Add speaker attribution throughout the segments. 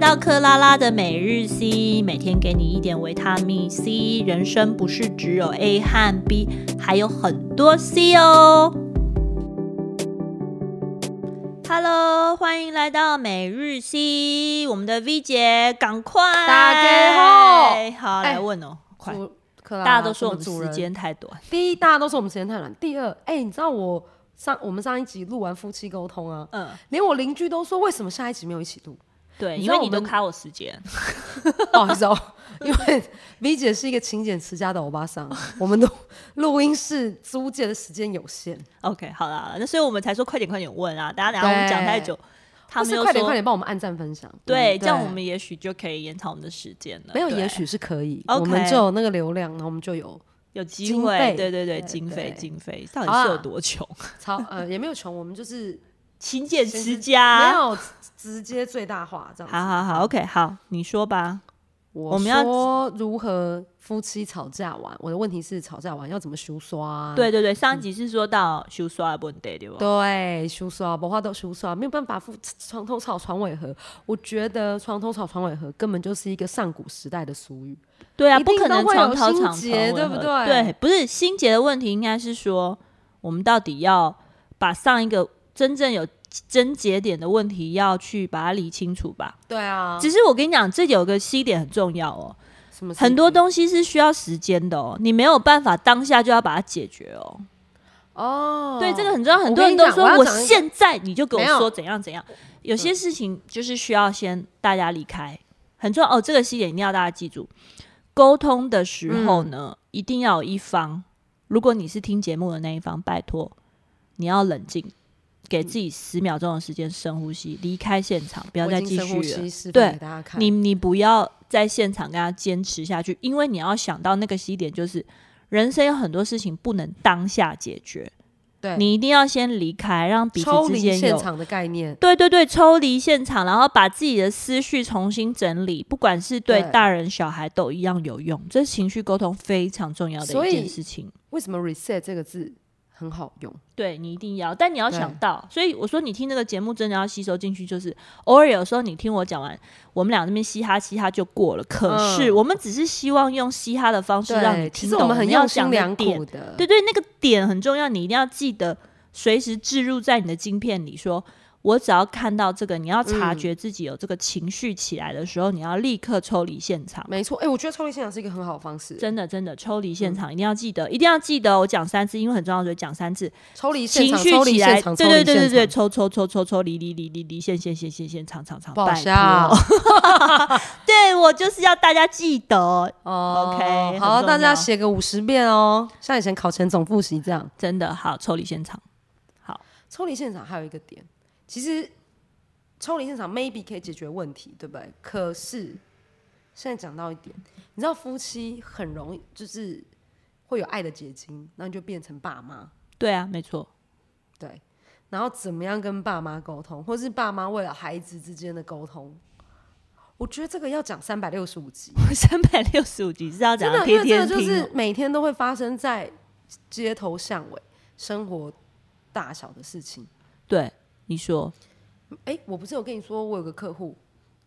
Speaker 1: 到克拉拉的每日 C，每天给你一点维他命 C。人生不是只有 A 和 B，还有很多 C 哦。Hello，欢迎来到每日 C，我们的 V 姐，赶快
Speaker 2: 大家
Speaker 1: 好，来问哦，快！
Speaker 2: 哎主克拉
Speaker 1: 大家都说我们
Speaker 2: 主
Speaker 1: 时
Speaker 2: 人
Speaker 1: 间太短，
Speaker 2: 第一，大家都说我们时间太短；第二，哎、你知道我上我们上一集录完夫妻沟通啊，
Speaker 1: 嗯，
Speaker 2: 连我邻居都说为什么下一集没有一起录？
Speaker 1: 对，
Speaker 2: 你
Speaker 1: 因
Speaker 2: 知道
Speaker 1: 为你
Speaker 2: 我
Speaker 1: 都
Speaker 2: 们
Speaker 1: 卡我时间，
Speaker 2: 不好意思哦，因为 V 姐是一个勤俭持家的欧巴桑，我们的录音室租借的时间有限，
Speaker 1: OK，好啦，那所以我们才说快点快点问啊！大家等下我们讲太久，他
Speaker 2: 但
Speaker 1: 们
Speaker 2: 是
Speaker 1: 又
Speaker 2: 快点
Speaker 1: 说
Speaker 2: 快点帮我们按赞分享。
Speaker 1: 对，
Speaker 2: 嗯
Speaker 1: 这样我们也许就可以延长我们的时间了。
Speaker 2: 没有，
Speaker 1: 对
Speaker 2: 也许是可以，
Speaker 1: OK
Speaker 2: 我们就有那个流量，然后我们就有
Speaker 1: 有机
Speaker 2: 经
Speaker 1: 会，
Speaker 2: 费
Speaker 1: 对对对，
Speaker 2: 对
Speaker 1: 经费
Speaker 2: 对
Speaker 1: 经费到底
Speaker 2: 好啊
Speaker 1: 是
Speaker 2: 啦
Speaker 1: 有多穷？
Speaker 2: 超呃也没有穷，我们就是
Speaker 1: 勤俭持
Speaker 2: 没
Speaker 1: 家。
Speaker 2: 有直接最大化这样子。
Speaker 1: 啊好好好，OK，好，你说吧。
Speaker 2: 我
Speaker 1: 我们要
Speaker 2: 说如何夫妻吵架完，我的问题是吵架完要怎么修刷、啊？
Speaker 1: 对对对，上一集是说到修刷的问题，对吧？
Speaker 2: 对，修刷，不话都修刷，没有办法付床头吵床尾和。我觉得床头吵床尾和根本就是一个上古时代的俗语。
Speaker 1: 对啊，
Speaker 2: 一
Speaker 1: 不
Speaker 2: 定
Speaker 1: 可
Speaker 2: 都
Speaker 1: 能
Speaker 2: 会
Speaker 1: 床
Speaker 2: 有
Speaker 1: 头
Speaker 2: 心
Speaker 1: 吵床
Speaker 2: 结
Speaker 1: 尾
Speaker 2: 对不
Speaker 1: 和
Speaker 2: 对
Speaker 1: 对，不是心结的问题，应该是说我们到底要把上一个真正有症结点的问题要去把它理清楚吧。
Speaker 2: 对啊，
Speaker 1: 只是我跟你讲，这有个 C 点很重要哦，
Speaker 2: 什么事
Speaker 1: 很多
Speaker 2: 情
Speaker 1: 东西是需要时间的哦，你没有办法当下就要把它解决哦。
Speaker 2: 哦，
Speaker 1: 对，这个很重要。很多
Speaker 2: 跟
Speaker 1: 人
Speaker 2: 你
Speaker 1: 都
Speaker 2: 讲
Speaker 1: 说
Speaker 2: 我要
Speaker 1: 我
Speaker 2: 讲一个
Speaker 1: 现在你就给我
Speaker 2: 没有
Speaker 1: 说怎样怎样，有些事情就是需要先大家离开，很重要哦。这个细点一定要大家记住，沟通的时候
Speaker 2: 嗯
Speaker 1: 呢，一定要有一方，如果你是听节目的那一方，拜托你要冷静。
Speaker 2: 嗯
Speaker 1: 给自己十秒钟的时间深呼吸，离开现场，不
Speaker 2: 不
Speaker 1: 要再继续了。
Speaker 2: 了
Speaker 1: 对
Speaker 2: 给大家看。
Speaker 1: 你你不要在现场跟他坚持下去，因为你要想到那个 C 点，就是人生有很多事情不能当下解决，
Speaker 2: 对
Speaker 1: 你一定要先离开，让彼此
Speaker 2: 抽
Speaker 1: 之
Speaker 2: 离
Speaker 1: 间
Speaker 2: 现
Speaker 1: 有。
Speaker 2: 场的概念，
Speaker 1: 对对对，抽离现场，然后把自己的思绪重新整理，不管是对
Speaker 2: 对
Speaker 1: 大人小孩都一样有用。这是情绪沟通非常重要的
Speaker 2: 所
Speaker 1: 一
Speaker 2: 以
Speaker 1: 件事情，
Speaker 2: 为什么 reset 这个字很好用？
Speaker 1: 对你一定要，但你要想
Speaker 2: 对
Speaker 1: 到，所以我说你听这个节目真的要吸收进去，就是偶尔有时候你听我讲完，我们俩那边嘻哈嘻哈就过了。可是
Speaker 2: 嗯
Speaker 1: 我们只是希望用嘻哈的方式让你
Speaker 2: 对，其
Speaker 1: 听
Speaker 2: 实
Speaker 1: 懂
Speaker 2: 我们很
Speaker 1: 要
Speaker 2: 用
Speaker 1: 讲
Speaker 2: 心
Speaker 1: 的
Speaker 2: 良
Speaker 1: 点
Speaker 2: 苦，的，
Speaker 1: 对对，那个点很重要，你一定要记得随时置入在你的晶片里说。我只要看到这个，你要察
Speaker 2: 嗯
Speaker 1: 觉自己有这个情绪起来的时候，你要立刻抽离现场。
Speaker 2: 没错。哎、我觉得抽离现场是一个很好的方式，
Speaker 1: 真的，真的，抽离
Speaker 2: 嗯
Speaker 1: 现场、一定要记得，一定要记得。我讲三次，因为很重要，所以讲三次。
Speaker 2: 抽离现
Speaker 1: 情
Speaker 2: 场，
Speaker 1: 绪
Speaker 2: 抽离
Speaker 1: 起来，
Speaker 2: 现场，
Speaker 1: 对
Speaker 2: 抽
Speaker 1: 对
Speaker 2: 离
Speaker 1: 对
Speaker 2: 现
Speaker 1: 对对，
Speaker 2: 场，
Speaker 1: 抽抽抽抽抽离离离离离线线线线线长长长，
Speaker 2: 不好
Speaker 1: 拜
Speaker 2: 笑
Speaker 1: 托对我就是要大家记得哦，
Speaker 2: 哦
Speaker 1: OK，很
Speaker 2: 好，
Speaker 1: 重
Speaker 2: 大
Speaker 1: 要
Speaker 2: 家写个五十遍哦，像以前考前总复习这样。
Speaker 1: 真的好抽离现场，
Speaker 2: 抽离现场还有一个点，其实抽离现场 maybe 可以解决问题，对不对？可是现在讲到一点，你知道夫妻很容易就是会有爱的结晶，那你就变成爸妈，
Speaker 1: 对啊，没错，
Speaker 2: 对。然后怎么样跟爸妈沟通，或是爸妈为了孩子之间的沟通，我觉得这个要讲三百六十五集。
Speaker 1: 三百六十五集是要讲
Speaker 2: 啊真的，因
Speaker 1: 天
Speaker 2: 为这个
Speaker 1: 天听
Speaker 2: 就是
Speaker 1: 哦，
Speaker 2: 每天都会发生在街头巷尾、生活大小的事情。
Speaker 1: 对你说，
Speaker 2: 哎、我不是有跟你说，我有个客户，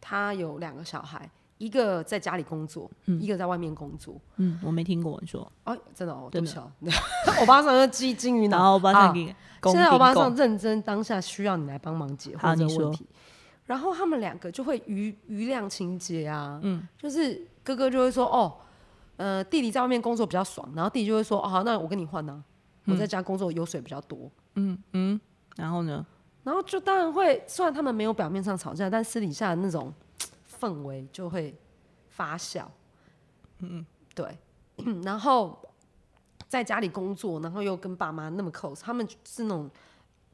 Speaker 2: 他有两个小孩，一个在家里工作，一个在外面工作。
Speaker 1: 嗯，我没听过你说，
Speaker 2: 哦，真的哦，对
Speaker 1: 真
Speaker 2: 不
Speaker 1: 的
Speaker 2: 起哦， 我巴上要记金鱼
Speaker 1: 然
Speaker 2: 脑。
Speaker 1: 后我把
Speaker 2: 啊
Speaker 1: 它给公
Speaker 2: 现在我巴
Speaker 1: 公
Speaker 2: 上
Speaker 1: 公，
Speaker 2: 认真当下需要你来帮忙解
Speaker 1: 好
Speaker 2: 惑这
Speaker 1: 你
Speaker 2: 个
Speaker 1: 说
Speaker 2: 问题。然后他们两个就会余余量情节啊，嗯，就是哥哥就会说哦，呃，弟弟在外面工作比较爽，然后弟弟就会说哦，好那我跟你换啊，我
Speaker 1: 嗯
Speaker 2: 在家工作油水比较多。
Speaker 1: 然后呢，
Speaker 2: 然后就当然会，虽然他们没有表面上吵架，但私底下的那种氛围就会发酵。嗯，对。 然后在家里工作，然后又跟爸妈那么 close，他们是那种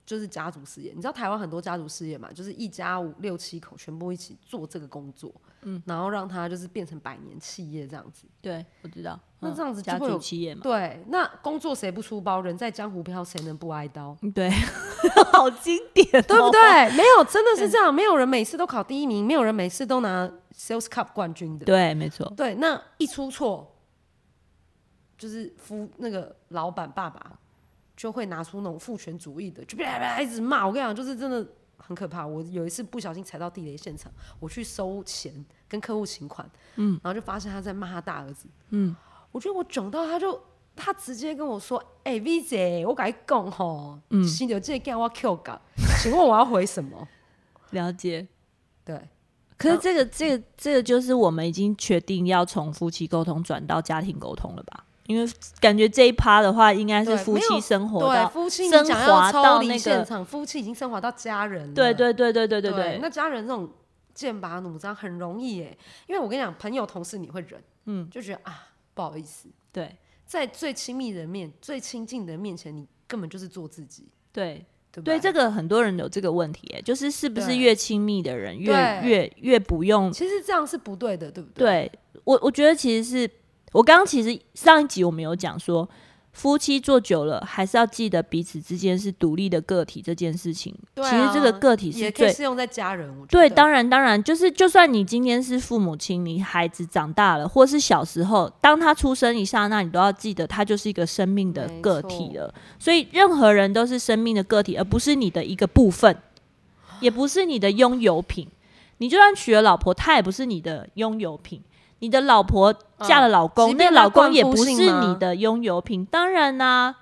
Speaker 2: 就是家族事业。你知道台湾很多家族事业嘛，就是一家五六七口全部一起做这个工作，嗯，然后让他就是变成百年企业这样子。
Speaker 1: 对我知道，
Speaker 2: 那
Speaker 1: 嗯
Speaker 2: 这样子就
Speaker 1: 家
Speaker 2: 会
Speaker 1: 族
Speaker 2: 有
Speaker 1: 企业嘛，
Speaker 2: 对，那工作谁不出包？人在江湖飘，谁能不挨刀？
Speaker 1: 嗯对， 好经典哦，
Speaker 2: 对不对？没有，真的是这样，没有人每次都考第一名，没有人每次都拿 Sales Cup 冠军的。
Speaker 1: 对，没错，
Speaker 2: 对，那一出错，就是夫那个老板爸爸就会拿出那种父权主义的，就啪啪啪一直骂。我跟你讲，就是真的很可怕。我有一次不小心踩到地雷现场，我去收钱跟客户请款，嗯，然后就发现他在骂他大儿子，
Speaker 1: 嗯，
Speaker 2: 我觉得我囧到他就。他直接跟我说：“哎、v 姐，我跟你讲吼，嗯，新的这干我 Q 港， 请问我要回什么
Speaker 1: 了解。？”
Speaker 2: 对，
Speaker 1: 可是这个、这个、这个，就是我们已经确定要从夫妻沟通转到家庭沟通了吧？因为感觉这一趴的话，应该是
Speaker 2: 对
Speaker 1: 夫
Speaker 2: 没有
Speaker 1: 妻生活
Speaker 2: 对，
Speaker 1: 到
Speaker 2: 夫妻你
Speaker 1: 升
Speaker 2: 讲
Speaker 1: 华到
Speaker 2: 要抽
Speaker 1: 那
Speaker 2: 离
Speaker 1: 个
Speaker 2: 现场，夫妻已经升华到家人了。
Speaker 1: 对对对对对对
Speaker 2: 对
Speaker 1: 对，
Speaker 2: 那家人这种剑拔弩张很容易耶，因为我跟你讲，朋友同事你会忍，嗯，就觉得啊不好意思，
Speaker 1: 对
Speaker 2: 在最亲密的面、最亲近的面前，你根本就是做自己，
Speaker 1: 对
Speaker 2: 对不
Speaker 1: 对，
Speaker 2: 对
Speaker 1: 这个很多人有这个问题、欸，就是是不是
Speaker 2: 对
Speaker 1: 越亲密的人越
Speaker 2: 对
Speaker 1: 越越不用？
Speaker 2: 其实这样是不对的，对不对？
Speaker 1: 对我，我觉得其实是我刚刚其实上一集我们有讲说，夫妻做久了还是要记得彼此之间是独立的个体这件事情。
Speaker 2: 对啊
Speaker 1: 其实这个个体是
Speaker 2: 也可以
Speaker 1: 最
Speaker 2: 适用在家人，我觉
Speaker 1: 对，
Speaker 2: 得
Speaker 1: 当然当然，就是就算你今天是父母亲，你孩子长大了，或是小时候，当他出生一刹那，你都要记得他就是一个生命的
Speaker 2: 没
Speaker 1: 个
Speaker 2: 错
Speaker 1: 体了。所以任何人都是生命的个体，而不是你的一个部分，也不是你的拥有品。你就算娶了老婆，她也不是你的拥有品。你的老婆嫁了老公，
Speaker 2: 嗯即
Speaker 1: 那
Speaker 2: 便
Speaker 1: 老
Speaker 2: 她
Speaker 1: 公
Speaker 2: 冠
Speaker 1: 也
Speaker 2: 夫
Speaker 1: 不
Speaker 2: 姓
Speaker 1: 是
Speaker 2: 吗
Speaker 1: 你的拥有品。当然啦、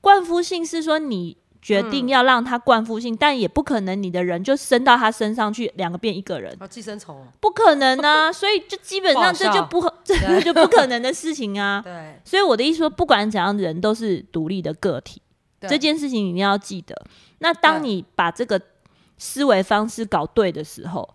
Speaker 1: 冠夫姓是说你决
Speaker 2: 嗯
Speaker 1: 定要让他冠夫姓，但也不可能你的人就生到他身上去，两个变一个人，
Speaker 2: 啊寄生虫哦，
Speaker 1: 不可能 啊！所以就基本上
Speaker 2: 不好
Speaker 1: 这
Speaker 2: 笑
Speaker 1: 就不合这就不可 能的事情啊。
Speaker 2: 对，
Speaker 1: 所以我的意思说，不管怎样，人都是独立的个体，
Speaker 2: 对
Speaker 1: 这件事情一定要记得。那当
Speaker 2: 对
Speaker 1: 你把这个思维方式搞对的时候，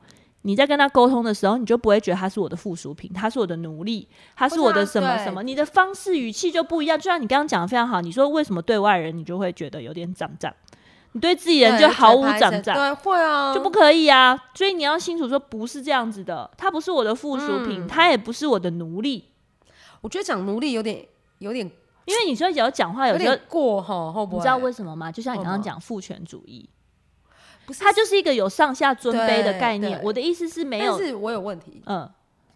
Speaker 1: 你在跟他沟通的时候，你就不会觉得他是我的附属品，他是我的奴隶，他是我的什么
Speaker 2: 对
Speaker 1: 什么。你的方式语气就不一样。就像你刚刚讲的非常好，你说为什么对外人你就会觉得有点长长，你对自己人
Speaker 2: 对
Speaker 1: 就毫无
Speaker 2: 拍
Speaker 1: 长
Speaker 2: 谁
Speaker 1: 长。
Speaker 2: 对，会啊，
Speaker 1: 就不可以啊。所以你要清楚说，不是这样子的，他不是我的附属
Speaker 2: 嗯
Speaker 1: 品，他也不是我的奴隶。
Speaker 2: 我觉得讲奴隶有点有点
Speaker 1: 因为你说只要讲话，
Speaker 2: 有
Speaker 1: 有时候
Speaker 2: 点过哈，会不
Speaker 1: 你
Speaker 2: 会？
Speaker 1: 知道为什么吗？就像你刚刚
Speaker 2: 为什么
Speaker 1: 讲父权主义，
Speaker 2: 不是
Speaker 1: 它就是一个有上下尊卑的
Speaker 2: 对
Speaker 1: 概念。
Speaker 2: 对
Speaker 1: 我的意思是没
Speaker 2: 但
Speaker 1: 有，
Speaker 2: 是我有问题，
Speaker 1: 嗯，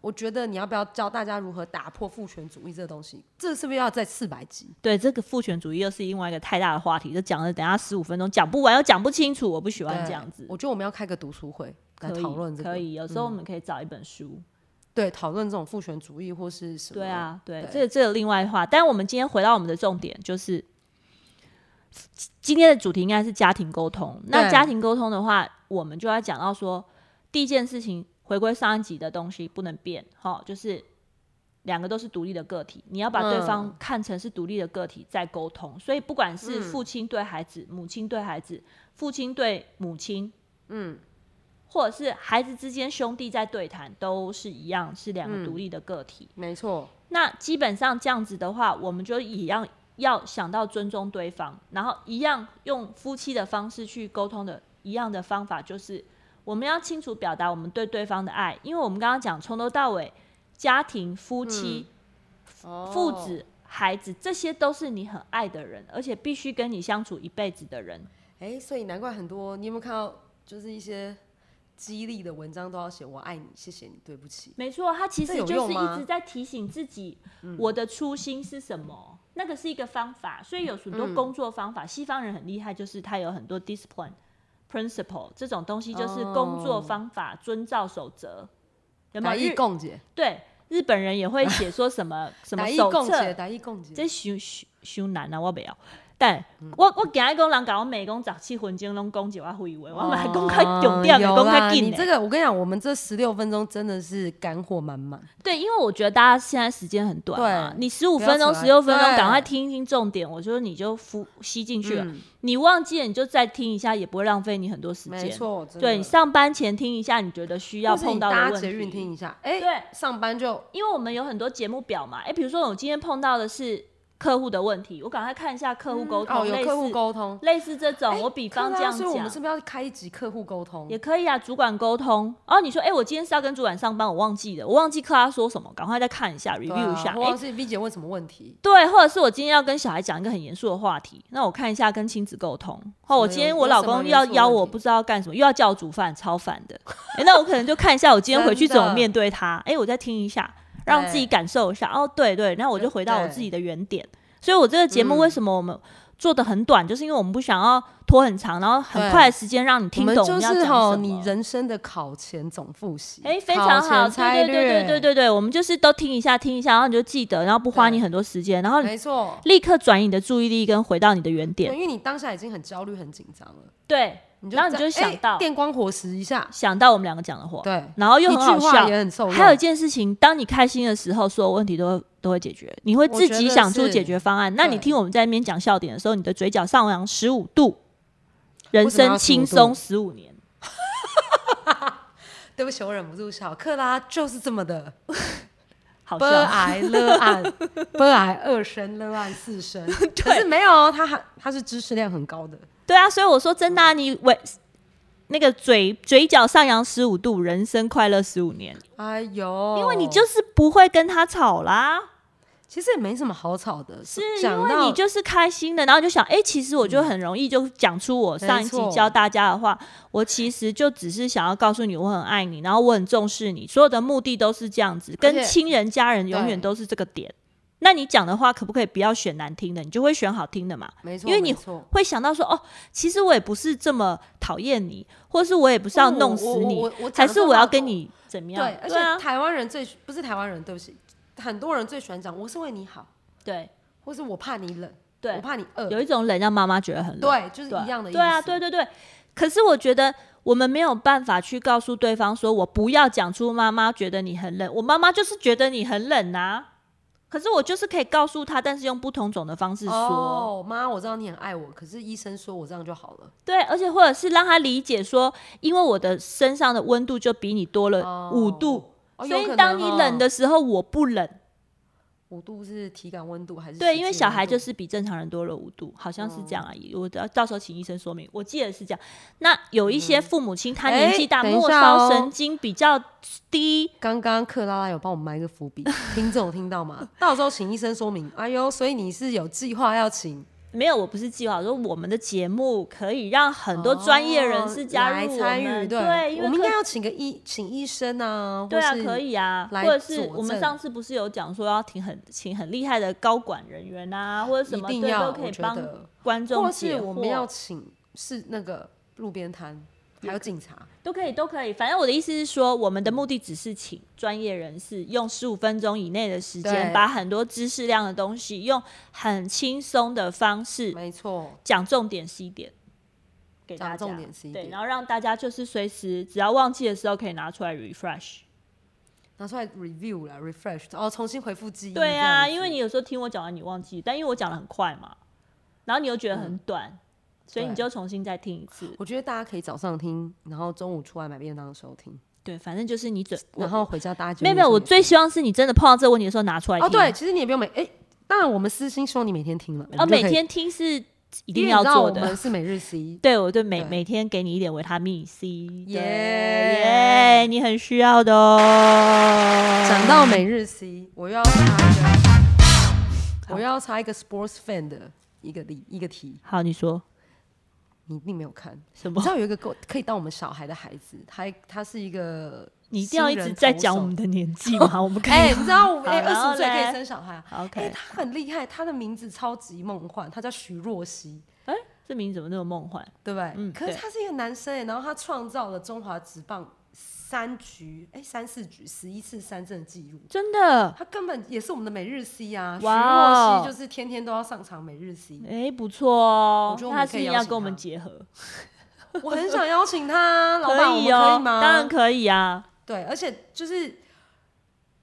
Speaker 2: 我觉得你要不要教大家如何打破父权主义这个东西？这是不是要在四百集？
Speaker 1: 对，这个父权主义又是另外一个太大的话题，就讲了等下十五分钟讲不完，又讲不清楚，我不喜欢
Speaker 2: 对
Speaker 1: 这样子。
Speaker 2: 我觉得我们要开个读书会来
Speaker 1: 可以
Speaker 2: 讨论这个，嗯
Speaker 1: 可以，有时候我们可以找一本书。
Speaker 2: 对讨论这种父权主义或是什么？
Speaker 1: 对，啊，对，
Speaker 2: 对
Speaker 1: 这个这个另外话。但我们今天回到我们的重点，就是今天的主题应该是家庭沟通。那
Speaker 2: 对
Speaker 1: 家庭沟通的话，我们就要讲到说，第一件事情，回归上一集的东西不能变，哈，就是两个都是独立的个体，你要把对
Speaker 2: 嗯
Speaker 1: 方看成是独立的个体在沟通。所以不管是父亲对孩子、母亲对孩子、父亲对母亲，
Speaker 2: 嗯，
Speaker 1: 或者是孩子之间兄弟在对谈，都是一样，是两个
Speaker 2: 嗯
Speaker 1: 独立的个体。
Speaker 2: 没错，
Speaker 1: 那基本上这样子的话，我们就一样要想到尊重对方，然后一样用夫妻的方式去沟通的一样的方法，就是我们要清楚表达我们对对方的爱，因为我们刚刚讲从头到尾，家庭、夫妻、父
Speaker 2: 父
Speaker 1: 子、孩子，这些都是你很爱的人，而且必须跟你相处一辈子的人。
Speaker 2: 哎、所以难怪很多你有没有看到，就是一些激励的文章都要写“我爱你，谢谢你，对不起
Speaker 1: 没错，他其实
Speaker 2: 这有
Speaker 1: 就是
Speaker 2: 用
Speaker 1: 一
Speaker 2: 吗
Speaker 1: 直在提醒自己，我的初心是什么。那个是一个方法，所以有很多工作方法，西方人很厉害，就是他有很多 discipline principle 这种东西，就是工作
Speaker 2: 哦
Speaker 1: 方法、遵照守则。”，有
Speaker 2: 打
Speaker 1: 没有
Speaker 2: 义
Speaker 1: 日
Speaker 2: 共结，
Speaker 1: 对日本人也会写说什么什么
Speaker 2: 打义
Speaker 1: 手
Speaker 2: 共结，
Speaker 1: 册？
Speaker 2: 打义共结，
Speaker 1: 这修修修难啊，我不要。但我我今日讲人讲我美工十七分钟拢讲一我废话，我嘛讲较重点的，
Speaker 2: 有
Speaker 1: 讲较
Speaker 2: 啦
Speaker 1: 紧
Speaker 2: 哦你
Speaker 1: 的
Speaker 2: 这。个我跟你讲，我们这十六分钟真的是干货满满。
Speaker 1: 对，因为我觉得大家现在时间很短嘛，
Speaker 2: 对
Speaker 1: 你十五
Speaker 2: 不要
Speaker 1: 分钟、
Speaker 2: 扯
Speaker 1: 十
Speaker 2: 来
Speaker 1: 六分钟，赶
Speaker 2: 对
Speaker 1: 快听一听重点。我觉得你就呼吸进去了，
Speaker 2: 嗯
Speaker 1: 你忘记了你就再听一下，也不会浪费你很多时
Speaker 2: 没
Speaker 1: 间。
Speaker 2: 错，真的
Speaker 1: 对你上班前听一下，你觉得需要
Speaker 2: 或是
Speaker 1: 碰
Speaker 2: 你
Speaker 1: 到
Speaker 2: 搭
Speaker 1: 的问
Speaker 2: 捷运
Speaker 1: 题，
Speaker 2: 听一下，哎、
Speaker 1: 对
Speaker 2: 上班就
Speaker 1: 因为我们有很多节目表嘛。哎，比如说我今天碰到的是客户的问题，我赶快看一下客户沟通，
Speaker 2: 哦，
Speaker 1: 类
Speaker 2: 有
Speaker 1: 似
Speaker 2: 客户沟通，
Speaker 1: 类似这种，
Speaker 2: 哎
Speaker 1: 我比方
Speaker 2: 克
Speaker 1: 这
Speaker 2: 拉
Speaker 1: 样
Speaker 2: 所以我
Speaker 1: 讲
Speaker 2: 们。是不是要开一集客户沟通
Speaker 1: 也？可以啊，主管沟通。哦，你说，哎、我今天是要跟主管上班，我忘记了，我忘记克拉说什么，赶快再看一下
Speaker 2: 对
Speaker 1: ，review 一下。哎
Speaker 2: 啊、或者是 V 姐问什么问题？
Speaker 1: 对，或者是我今天要跟小孩讲一个很严肃的话题，那我看一下跟亲子沟通。哦，我
Speaker 2: 什么
Speaker 1: 今天
Speaker 2: 有
Speaker 1: 我
Speaker 2: 有
Speaker 1: 老
Speaker 2: 什么
Speaker 1: 公又
Speaker 2: 严
Speaker 1: 要
Speaker 2: 肃的
Speaker 1: 邀
Speaker 2: 问
Speaker 1: 我
Speaker 2: 题
Speaker 1: 不知道干什么，又要叫我煮饭，超烦 的。诶那我可能就看一下我今天回去怎么
Speaker 2: 真的
Speaker 1: 面对他。诶，我再听一下，让自己
Speaker 2: 对
Speaker 1: 感受一下。哦，对对，然后我就回到我
Speaker 2: 对嗯
Speaker 1: 自己的原点。所以我这个节目为什么我们做的很短，就是因为我们不想要拖很长，然后很快的时间让你
Speaker 2: 我
Speaker 1: 听
Speaker 2: 们
Speaker 1: 懂我
Speaker 2: 就
Speaker 1: 们要
Speaker 2: 是
Speaker 1: 讲
Speaker 2: 吼
Speaker 1: 什
Speaker 2: 你
Speaker 1: 么。
Speaker 2: 人生的考前总复习，
Speaker 1: 哎、非常
Speaker 2: 考
Speaker 1: 好，
Speaker 2: 前
Speaker 1: 对
Speaker 2: 猜
Speaker 1: 对对
Speaker 2: 略，
Speaker 1: 对对对对，我们就是都听一下听一下，然后你就记得，然后不花
Speaker 2: 对
Speaker 1: 你很多时间，然后
Speaker 2: 没错，
Speaker 1: 立刻转移你的注意力跟回到你的原
Speaker 2: 对
Speaker 1: 点。
Speaker 2: 因为你当下已经很焦虑、很紧张了，
Speaker 1: 对，
Speaker 2: 你就
Speaker 1: 然后你
Speaker 2: 这样
Speaker 1: 就想
Speaker 2: 哎
Speaker 1: 到
Speaker 2: 电光火石一下，
Speaker 1: 想到我们两个讲的话，
Speaker 2: 对，
Speaker 1: 然后又
Speaker 2: 一
Speaker 1: 很好
Speaker 2: 句话
Speaker 1: 笑。
Speaker 2: 也很受用，
Speaker 1: 还有一件事情，当你开心的时候，所有问题都会都会解决，你会自己想出解决方案。那你
Speaker 2: 对
Speaker 1: 听我们在那边讲笑点的时候，你的嘴角上扬十五度，人
Speaker 2: 为什么要
Speaker 1: 生轻
Speaker 2: 15度
Speaker 1: 松十五年。
Speaker 2: 对不起，我忍不住笑，克拉就是这么的，
Speaker 1: 好
Speaker 2: 悲
Speaker 1: 笑，
Speaker 2: 癌勒案，悲癌二声勒案 四声，可是没有哦，他还他是知识量很高的，
Speaker 1: 对啊，所以我说真的啊、你尾那个嘴嘴角上扬十五度，人生快乐十五年，
Speaker 2: 哎呦，
Speaker 1: 因为你就是不会跟他吵啦，
Speaker 2: 其实也没什么好吵的，
Speaker 1: 是因
Speaker 2: 讲
Speaker 1: 为
Speaker 2: 到嗯
Speaker 1: 你就是开心的，然后你就想，哎、其实我就很容易就讲出我上一集
Speaker 2: 没错
Speaker 1: 教大家的话，我其实就只是想要告诉你我很爱你，然后我很重视你，所有的目的都是这样子，跟
Speaker 2: 且
Speaker 1: 亲人家人永远
Speaker 2: 对
Speaker 1: 都是这个点。那你讲的话可不可以不要选难听的，你就会选好听的嘛？
Speaker 2: 没错，
Speaker 1: 因为你
Speaker 2: 没错
Speaker 1: 会想到说，哦，其实我也不是这么讨厌你，或是我也不是要弄死你，
Speaker 2: 哦我我我我
Speaker 1: 还
Speaker 2: 讲得
Speaker 1: 是
Speaker 2: 这
Speaker 1: 我要
Speaker 2: 话
Speaker 1: 跟
Speaker 2: 狗
Speaker 1: 你怎么样？
Speaker 2: 对，而
Speaker 1: 啊
Speaker 2: 且，台湾人最不是台湾人，对不起，很多人最喜欢讲我是为你好，
Speaker 1: 对
Speaker 2: 或是我怕你冷，我
Speaker 1: 对，
Speaker 2: 怕你饿，
Speaker 1: 有一种冷让妈妈觉得很冷。
Speaker 2: 对，就是
Speaker 1: 对
Speaker 2: 一样的意思。
Speaker 1: 对啊，对对对。可是我觉得我们没有办法去告诉对方说，我不要讲出妈妈觉得你很冷，我妈妈就是觉得你很冷啊。可是我就是可以告诉她，但是用不同种的方式说，
Speaker 2: 哦，妈，我知道你很爱我，可是医生说我这样就好了。
Speaker 1: 对，而且或者是让她理解说，因为我的身上的温度就比你多了
Speaker 2: 哦
Speaker 1: 五度，
Speaker 2: 哦
Speaker 1: 所
Speaker 2: 有可
Speaker 1: 以
Speaker 2: 能
Speaker 1: 当你
Speaker 2: 哦
Speaker 1: 冷的时候，我不冷。
Speaker 2: 五度是体感温度还是？
Speaker 1: 对，因为小孩就是是比正常人多了五度，好像是这
Speaker 2: 哦
Speaker 1: 样而已。我到到时候请医生说明，我记得是这样。那有一些父母亲他年纪大，
Speaker 2: 嗯哎等一
Speaker 1: 末
Speaker 2: 下
Speaker 1: 梢
Speaker 2: 哦
Speaker 1: 神经比较低，
Speaker 2: 刚刚克拉拉有帮我们埋一个伏笔，听众有听到 吗？到时候请医生说明。哎呦，所以你是有计划要请
Speaker 1: 没有，我不是计划，我说我们的节目可以让很多专业人士加入
Speaker 2: 哦
Speaker 1: 我
Speaker 2: 来
Speaker 1: 们，
Speaker 2: 参与，
Speaker 1: 对，因为
Speaker 2: 我们应该
Speaker 1: 可
Speaker 2: 要请个医请医生啊，
Speaker 1: 对啊，可
Speaker 2: 以。
Speaker 1: 以啊，或
Speaker 2: 来
Speaker 1: 者是
Speaker 2: 佐
Speaker 1: 我们
Speaker 2: 证
Speaker 1: 上次不是有讲说要请很请很厉害的高管人员啊，或者什
Speaker 2: 一
Speaker 1: 么
Speaker 2: 定
Speaker 1: 对
Speaker 2: 要，
Speaker 1: 都可以
Speaker 2: 我觉
Speaker 1: 帮
Speaker 2: 得
Speaker 1: 观众
Speaker 2: 或是
Speaker 1: 解
Speaker 2: 我们要
Speaker 1: 惑，
Speaker 2: 请是那个路边摊，还有警察，
Speaker 1: 都可以都可以。反正我的意思是说，我们的目的只是请专业人士用十五分钟以内的时间，
Speaker 2: 对
Speaker 1: 把很多知识量的东西用很轻松的方式
Speaker 2: 没错，
Speaker 1: 讲重点 C 点给大家，
Speaker 2: 讲重点 C
Speaker 1: 对，
Speaker 2: 点，
Speaker 1: 然后让大家就是随时只要忘记的时候可以拿出来 refresh。
Speaker 2: 拿出来 review 啦，refresh，哦，重新回复记忆。
Speaker 1: 对啊，因为
Speaker 2: 你
Speaker 1: 你有时候听我讲完你忘记，但因为我讲的很快嘛，然后你又觉得很短，
Speaker 2: 嗯
Speaker 1: 所以你
Speaker 2: 对
Speaker 1: 就重新再听一次。
Speaker 2: 我觉得大家可以早上听，然后中午出来买便当的时候听，
Speaker 1: 对，反正就是你准
Speaker 2: 然
Speaker 1: 我
Speaker 2: 后回家大家就
Speaker 1: 没有没有，我最希望是你真的碰到这个问题的时候拿出来听。啊
Speaker 2: 哦，对，其实你也不用每哎，当然我们私心希望你每天听了，
Speaker 1: 哦，
Speaker 2: 你就
Speaker 1: 每
Speaker 2: 可以
Speaker 1: 天听是一
Speaker 2: 因
Speaker 1: 定
Speaker 2: 为
Speaker 1: 要
Speaker 2: 你知道
Speaker 1: 做
Speaker 2: 我
Speaker 1: 的。
Speaker 2: 们是每日 C，
Speaker 1: 对，我对每
Speaker 2: 对
Speaker 1: 每天给你一点维他命 C，对
Speaker 2: 耶
Speaker 1: 耶，你很需要的哦。
Speaker 2: 讲到每日 C，我又要插一个，我又要插一个 sports fan 的一个例一个题。
Speaker 1: 好，你说
Speaker 2: 你一定没有看，
Speaker 1: 什
Speaker 2: 你
Speaker 1: 么
Speaker 2: 知？道有一个够可以当我们小孩的孩子，他他是一个
Speaker 1: 你一定要一
Speaker 2: 新
Speaker 1: 直
Speaker 2: 人
Speaker 1: 在
Speaker 2: 投
Speaker 1: 讲
Speaker 2: 手
Speaker 1: 我们的年纪吗？我们可以、
Speaker 2: 哎、你知道我
Speaker 1: 好
Speaker 2: 哎二
Speaker 1: 然后
Speaker 2: 十五岁可
Speaker 1: 嘞
Speaker 2: 以生小孩啊，哎、
Speaker 1: OK，
Speaker 2: 他很厉害，他的名字超级梦幻，他叫徐若曦，
Speaker 1: 哎、这名字怎么那么梦幻？
Speaker 2: 对不对？
Speaker 1: 嗯
Speaker 2: 可是
Speaker 1: 对
Speaker 2: 他是一个男生哎、然后他创造了中华职棒三局哎、三四局十一次三振的记录。
Speaker 1: 真的？
Speaker 2: 他根本也是我们的每日 C 啊，徐
Speaker 1: 哇
Speaker 2: 若
Speaker 1: 哦
Speaker 2: 曦就是天天都要上场每 日 C，
Speaker 1: 哎、不错哦
Speaker 2: 我。觉得我
Speaker 1: 那
Speaker 2: 们
Speaker 1: 他
Speaker 2: 可
Speaker 1: 是
Speaker 2: 以
Speaker 1: 不是
Speaker 2: 邀
Speaker 1: 要
Speaker 2: 请
Speaker 1: 跟我们
Speaker 2: 他
Speaker 1: 结合？
Speaker 2: 我很想邀请他，老板，我
Speaker 1: 以
Speaker 2: 们可
Speaker 1: 哦，
Speaker 2: 以吗？
Speaker 1: 当然可以啊。
Speaker 2: 对，而且就是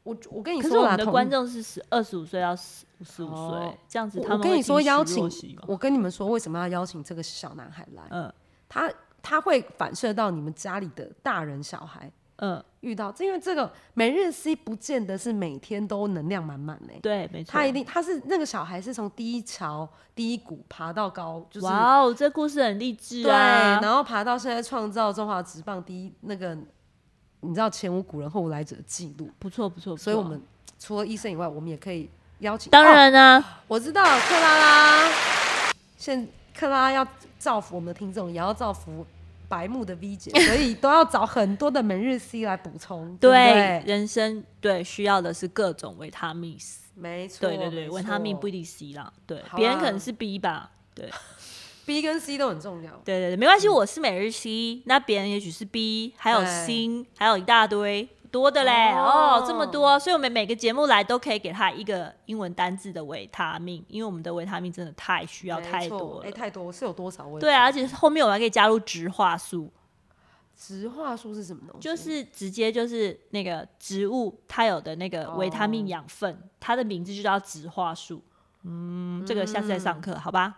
Speaker 2: 我我跟你
Speaker 1: 可是
Speaker 2: 说
Speaker 1: 我
Speaker 2: 啦，
Speaker 1: 们的
Speaker 2: 同
Speaker 1: 观众是十二十五岁到十十五
Speaker 2: 哦
Speaker 1: 岁，这样子
Speaker 2: 我
Speaker 1: 他们
Speaker 2: 我跟
Speaker 1: 会
Speaker 2: 你
Speaker 1: 听
Speaker 2: 说
Speaker 1: 徐
Speaker 2: 邀
Speaker 1: 若
Speaker 2: 请
Speaker 1: 曦吗
Speaker 2: 我跟你们说为什么要邀请这个小男孩来，
Speaker 1: 嗯
Speaker 2: 他他会反射到你们家里的大人小孩。
Speaker 1: 嗯，
Speaker 2: 遇到，因为这个每日 C 不见得是每天都能量满满嘞，
Speaker 1: 对，没错。
Speaker 2: 他一定他是那个小孩是从低潮低谷爬到高，就是
Speaker 1: 哇哦，这故事很励志
Speaker 2: 对，
Speaker 1: 啊！
Speaker 2: 然后爬到现在创造中华职棒第一那个，你知道前无古人后无来者的记录，
Speaker 1: 不错不错，不
Speaker 2: 所以
Speaker 1: 错
Speaker 2: 我们除了医生以外，我们也可以邀请，
Speaker 1: 当
Speaker 2: 哦
Speaker 1: 然啊，
Speaker 2: 我知道克拉拉，现克拉拉要造福我们的听众，也要造福白木的 V 姐，所以都要找很多的每日 C 来补 充。对不
Speaker 1: 对
Speaker 2: 对，
Speaker 1: 人生对需要的是各种维他命 C。
Speaker 2: 没错，
Speaker 1: 对对对，
Speaker 2: 没错
Speaker 1: 维他命不一定 C 啦，对，
Speaker 2: 好啊
Speaker 1: 别人
Speaker 2: 啦
Speaker 1: 可能是 B 吧，
Speaker 2: B 跟 C 都很重要。
Speaker 1: 对对对，没关系，我是每日 C，那别人也许是 B，还有
Speaker 2: 对
Speaker 1: C，还有一大堆多的嘞
Speaker 2: 哦
Speaker 1: 哦这么多，所以我们每个节目来都可以给他一个英文单字的维他命，因为我们的维他命真的太需要
Speaker 2: 没
Speaker 1: 太
Speaker 2: 错
Speaker 1: 多
Speaker 2: 哎，
Speaker 1: 了。
Speaker 2: 太多是有多少位？
Speaker 1: 对啊，而且后面我还可以加入植化素，
Speaker 2: 植化素是什么东西？
Speaker 1: 就是直接就是那个植物它有的那个维他
Speaker 2: 哦
Speaker 1: 命养分它的名字就叫植化素。嗯，这个下次再上课好吧？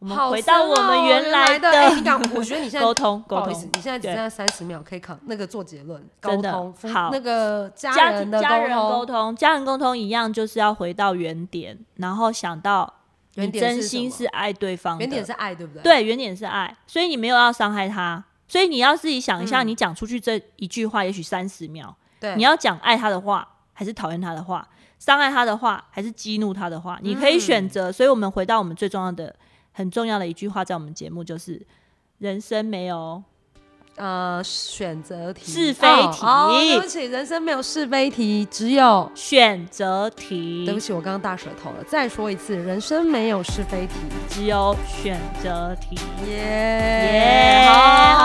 Speaker 1: 我们
Speaker 2: 好
Speaker 1: 回到
Speaker 2: 深
Speaker 1: 我们
Speaker 2: 奥
Speaker 1: 原来
Speaker 2: 的。哎你
Speaker 1: 的
Speaker 2: 敢？我觉得你现在
Speaker 1: 沟通
Speaker 2: 不
Speaker 1: 沟
Speaker 2: 好意
Speaker 1: 通
Speaker 2: 思，，你现在只
Speaker 1: 对
Speaker 2: 剩下三十秒可以扛那个做结论，沟
Speaker 1: 真的
Speaker 2: 通，夫
Speaker 1: 好
Speaker 2: 那个家
Speaker 1: 家
Speaker 2: 人的
Speaker 1: 家人
Speaker 2: 沟
Speaker 1: 沟
Speaker 2: 通，
Speaker 1: 通，家人沟通一样，就是要回到原点，然后想到
Speaker 2: 原
Speaker 1: 你
Speaker 2: 点
Speaker 1: 真
Speaker 2: 是什
Speaker 1: 心
Speaker 2: 么
Speaker 1: 是爱对方的，
Speaker 2: 原点是爱，对不对？，
Speaker 1: 对，原点是爱，所以你没有要伤害他，所以你要自己想一下，
Speaker 2: 嗯
Speaker 1: 你讲出去这一句话，也许三十秒，
Speaker 2: 对，
Speaker 1: 你要讲爱他的话，还是讨厌他的话，伤害他的话，还是激怒他的话，你可以选择。所以我们回到我们最重要的、很重要的一句话，在我们节目就是。人生没有
Speaker 2: 呃选择题、
Speaker 1: 是非题
Speaker 2: 哦哦对不起，人生没有是非题，只有。
Speaker 1: 选择题，
Speaker 2: 对不起，我刚刚大舌头了。再说一次，人生没有是非题。
Speaker 1: 只有选择题。
Speaker 2: 耶
Speaker 1: 耶、
Speaker 2: 好，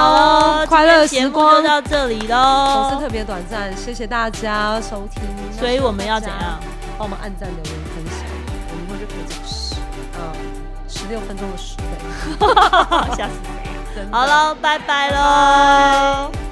Speaker 1: 好，
Speaker 2: 快乐时光
Speaker 1: 今天节目就，到这里
Speaker 2: 总是
Speaker 1: 喽。
Speaker 2: 特别短暂，谢谢大家收听。
Speaker 1: 所以我们要怎样？
Speaker 2: 帮我们按赞、留言、分享，我们会就可以讲十，呃，十六分钟的十倍。
Speaker 1: 吓死！
Speaker 2: 真的
Speaker 1: 好，喽，拜拜喽。